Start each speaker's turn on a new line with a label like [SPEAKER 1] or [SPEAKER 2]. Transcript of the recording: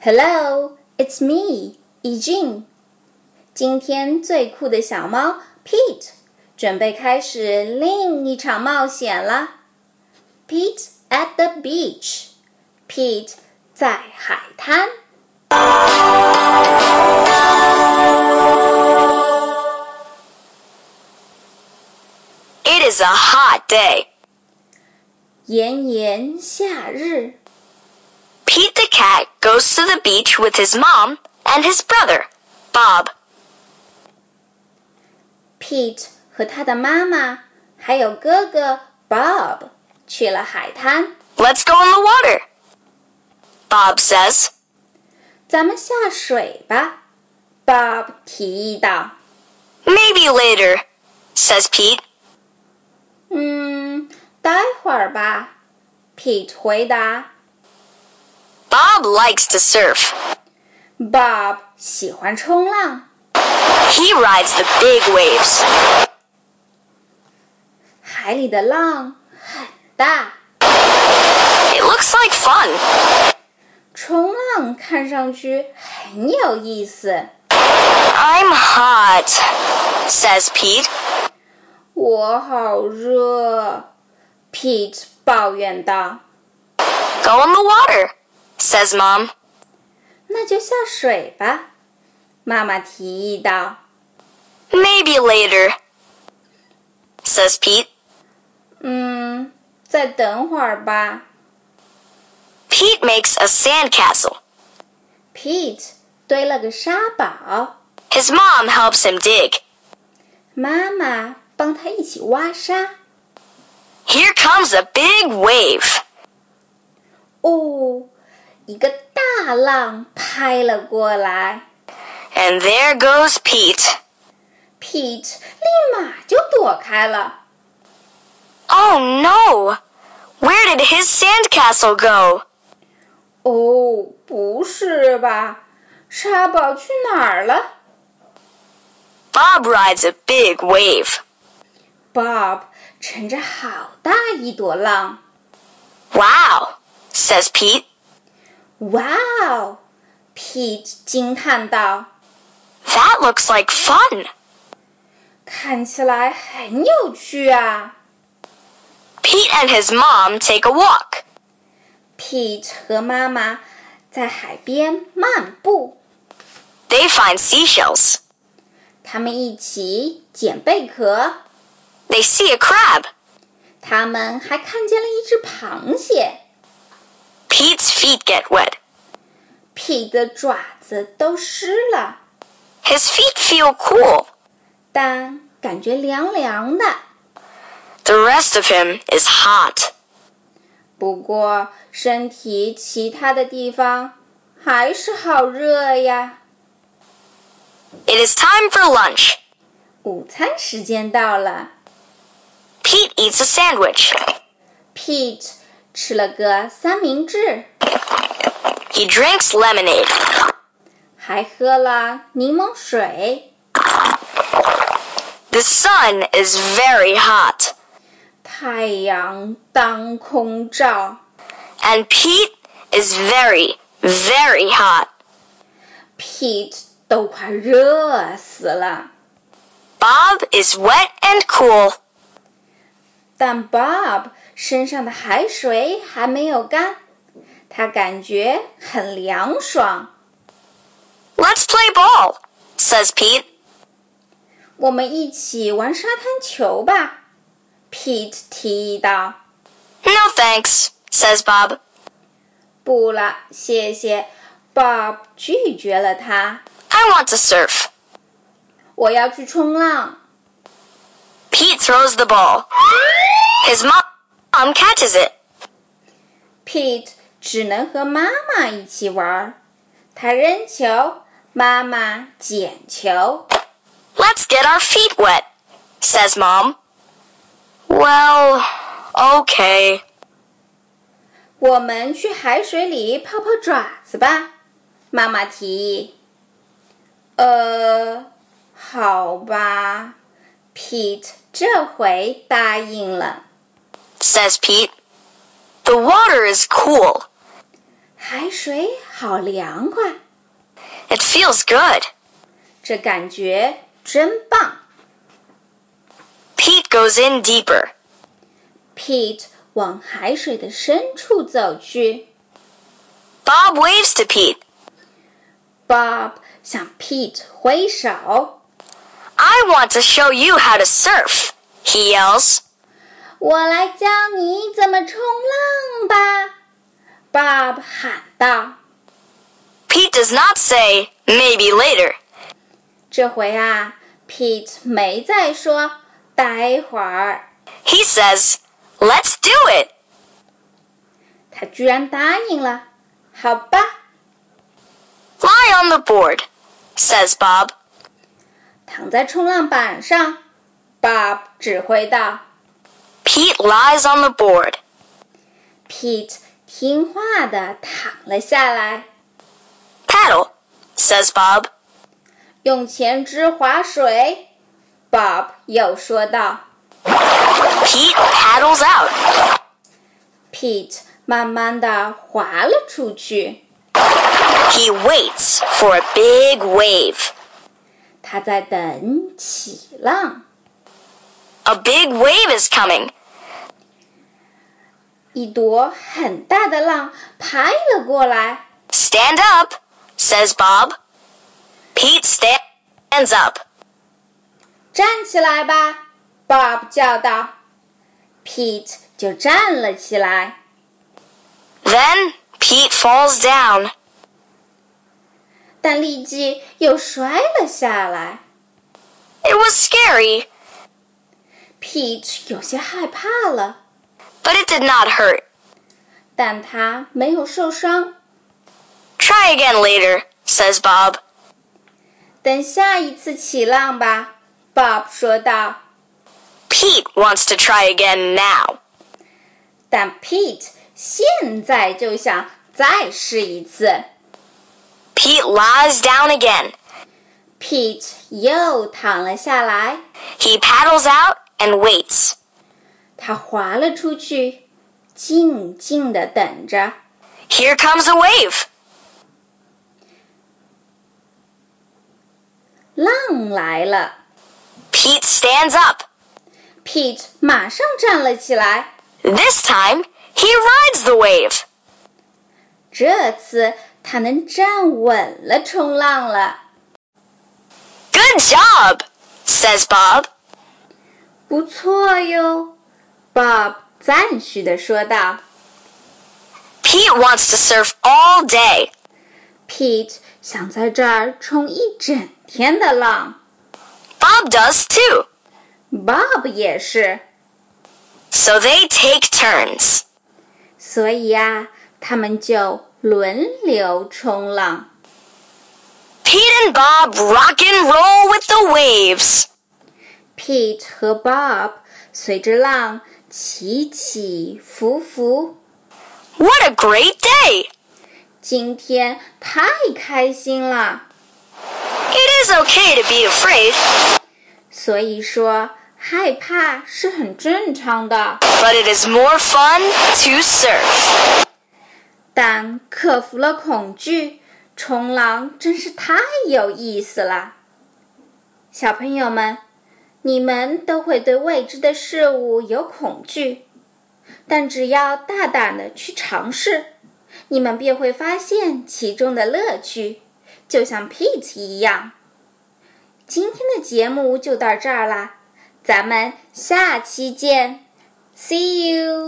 [SPEAKER 1] Hello, it's me, e j i n 今天最酷的小猫 Pete 准备开始另一场冒险了。Pete at the beach. Pete 在海滩。
[SPEAKER 2] It is a hot day.
[SPEAKER 1] 炎炎夏日
[SPEAKER 2] Pete the cat goes to the beach with his mom and his brother, Bob.
[SPEAKER 1] ，Pete 和他的妈妈还有哥哥 Bob 去了海滩。
[SPEAKER 2] Let's go in the water. Bob says.
[SPEAKER 1] 咱们下水吧，Bob 提议道。
[SPEAKER 2] Maybe later, says Pete.
[SPEAKER 1] 嗯，待会儿吧，Pete 回答。
[SPEAKER 2] Bob likes to surf.
[SPEAKER 1] Bob 喜欢冲浪，
[SPEAKER 2] He rides the big waves.
[SPEAKER 1] 海里的浪很大，
[SPEAKER 2] It looks like fun.
[SPEAKER 1] 冲浪看上去很有意思。
[SPEAKER 2] I'm hot, says Pete.
[SPEAKER 1] 我好热，Pete 抱怨道。
[SPEAKER 2] Go in the water, says Mom.
[SPEAKER 1] 那就下水吧，妈妈提议道。
[SPEAKER 2] Maybe later, says Pete.
[SPEAKER 1] 嗯，再等会儿吧
[SPEAKER 2] Pete makes a sandcastle.
[SPEAKER 1] ，Pete 堆了个沙堡。
[SPEAKER 2] His mom helps him dig.
[SPEAKER 1] 妈妈帮他一起挖沙。
[SPEAKER 2] Here comes a big wave.
[SPEAKER 1] 哦，一个大浪拍了过来
[SPEAKER 2] And there goes Pete.
[SPEAKER 1] ，Pete 立马就躲开了。
[SPEAKER 2] Oh no! Where did his sandcastle go?
[SPEAKER 1] 哦，不是吧？沙堡去哪儿了
[SPEAKER 2] Bob rides a big wave.
[SPEAKER 1] ？Bob 乘着好大一朵浪，
[SPEAKER 2] Wow, says Pete.
[SPEAKER 1] 哇哦！Pete 惊叹道
[SPEAKER 2] That looks like fun.：“
[SPEAKER 1] 看起来很有趣啊
[SPEAKER 2] Pete and his mom take a walk.
[SPEAKER 1] ！”Pete 和妈妈在海边漫步。
[SPEAKER 2] They find seashells.
[SPEAKER 1] 他们一起捡贝壳，
[SPEAKER 2] They see a crab.
[SPEAKER 1] 他们还看见了一只螃蟹。
[SPEAKER 2] Pete's feet get wet.
[SPEAKER 1] Pete 的爪子都湿了，
[SPEAKER 2] His feet feel cool.
[SPEAKER 1] 但感觉凉凉的。
[SPEAKER 2] The rest of him is hot.
[SPEAKER 1] 不过身体其他的地方还是好热呀。
[SPEAKER 2] It is time for lunch.
[SPEAKER 1] 午餐时间到了
[SPEAKER 2] Pete eats a sandwich.
[SPEAKER 1] ，Pete 吃了个三明治，
[SPEAKER 2] He drinks lemonade.
[SPEAKER 1] 还喝了柠檬水。
[SPEAKER 2] The sun is very hot,
[SPEAKER 1] 太阳当空照。
[SPEAKER 2] and Pete is very, very hot.
[SPEAKER 1] Pete 都快热死了，
[SPEAKER 2] Bob is wet and cool.
[SPEAKER 1] 但 Bob 身上的海水还没有干，他感觉很凉爽。
[SPEAKER 2] Let's play ball, says Pete.
[SPEAKER 1] 我们一起玩沙滩球吧，Pete 提议道。
[SPEAKER 2] No thanks, says Bob.
[SPEAKER 1] 不了，谢谢。Bob 拒绝了他。
[SPEAKER 2] I want to surf.
[SPEAKER 1] 我要去冲浪。
[SPEAKER 2] Pete throws the ball. His mo- mom catches it.
[SPEAKER 1] Pete 只能和妈妈一起玩。他扔球，妈妈捡球。
[SPEAKER 2] Let's get our feet wet, says Mom. Well, okay,
[SPEAKER 1] 我们去海水里泡泡爪子吧，妈妈提议。呃，好吧，Pete 这回答应了。
[SPEAKER 2] says Pete. The water is cool.
[SPEAKER 1] 海海水好凉快，
[SPEAKER 2] It feels good.
[SPEAKER 1] 这感觉真棒。
[SPEAKER 2] Pete goes in deeper.
[SPEAKER 1] Pete 往海水的深处走去。
[SPEAKER 2] Bob waves to Pete.
[SPEAKER 1] Bob 向 Pete 挥手
[SPEAKER 2] I want to show you how to surf, he yells.：“
[SPEAKER 1] 我来教你怎么冲浪吧。”Bob 喊道
[SPEAKER 2] Pete does not say, maybe later.：“
[SPEAKER 1] 这回啊，Pete 没再说待会儿，
[SPEAKER 2] He says, let's do it.
[SPEAKER 1] 他居然答应了。好吧，
[SPEAKER 2] Lie on the board, says Bob.
[SPEAKER 1] 躺在冲浪板上，Bob 指挥道。
[SPEAKER 2] Pete lies on the board.
[SPEAKER 1] Pete 听话的躺了下来，
[SPEAKER 2] Paddle, says Bob.
[SPEAKER 1] 用前肢划水。Bob 又说道。
[SPEAKER 2] Pete paddles out.
[SPEAKER 1] Pete 慢慢的滑了出去，
[SPEAKER 2] He waits for a big wave.
[SPEAKER 1] 他在等起浪。
[SPEAKER 2] A big wave is coming.
[SPEAKER 1] 一朵很大的浪拍了过来
[SPEAKER 2] Stand up, says Bob. Pete sta- stands up.，“
[SPEAKER 1] 站起来吧！”Bob 叫道。Pete 就站了起来，
[SPEAKER 2] Then Pete falls down.
[SPEAKER 1] 但立即又摔了下来。
[SPEAKER 2] It was scary,
[SPEAKER 1] Pete 有些害怕了，
[SPEAKER 2] but it did not hurt.
[SPEAKER 1] 但他没有受伤。
[SPEAKER 2] Try again later, says Bob.
[SPEAKER 1] 等下一次起浪吧，Bob 说道。
[SPEAKER 2] Pete wants to try again now.
[SPEAKER 1] 但 Pete 现在就想再试一次。
[SPEAKER 2] Pete lies down again.
[SPEAKER 1] Pete 又躺了下来，
[SPEAKER 2] He paddles out and waits.
[SPEAKER 1] 他滑了出去，静静地等着。
[SPEAKER 2] Here comes a wave.
[SPEAKER 1] 浪来了
[SPEAKER 2] Pete stands up.
[SPEAKER 1] ，Pete 马上站了起来。
[SPEAKER 2] This time, he rides the wave.
[SPEAKER 1] 这次他能站稳了冲浪了，
[SPEAKER 2] Good job, says Bob.
[SPEAKER 1] 不错哟，Bob 赞许地说道。
[SPEAKER 2] Pete wants to surf all day.
[SPEAKER 1] Pete 想在这儿冲一整天的浪
[SPEAKER 2] Bob does too.
[SPEAKER 1] ，Bob 也是。
[SPEAKER 2] So they take turns.
[SPEAKER 1] 所以呀、他们就轮流冲浪。
[SPEAKER 2] Pete and Bob rock and roll with the waves.
[SPEAKER 1] Pete 和 Bob 随着浪起起伏伏。
[SPEAKER 2] What a great day!
[SPEAKER 1] 今天太开心了，
[SPEAKER 2] It is okay to be afraid,
[SPEAKER 1] 所以说害怕是很正常的。
[SPEAKER 2] but it is more fun to surf.
[SPEAKER 1] 但克服了恐惧，冲浪真是太有意思了。小朋友们，你们都会对未知的事物有恐惧，但只要大胆的去尝试，你们便会发现其中的乐趣，就像 Pete 一样。今天的节目就到这儿啦，咱们下期见，See you。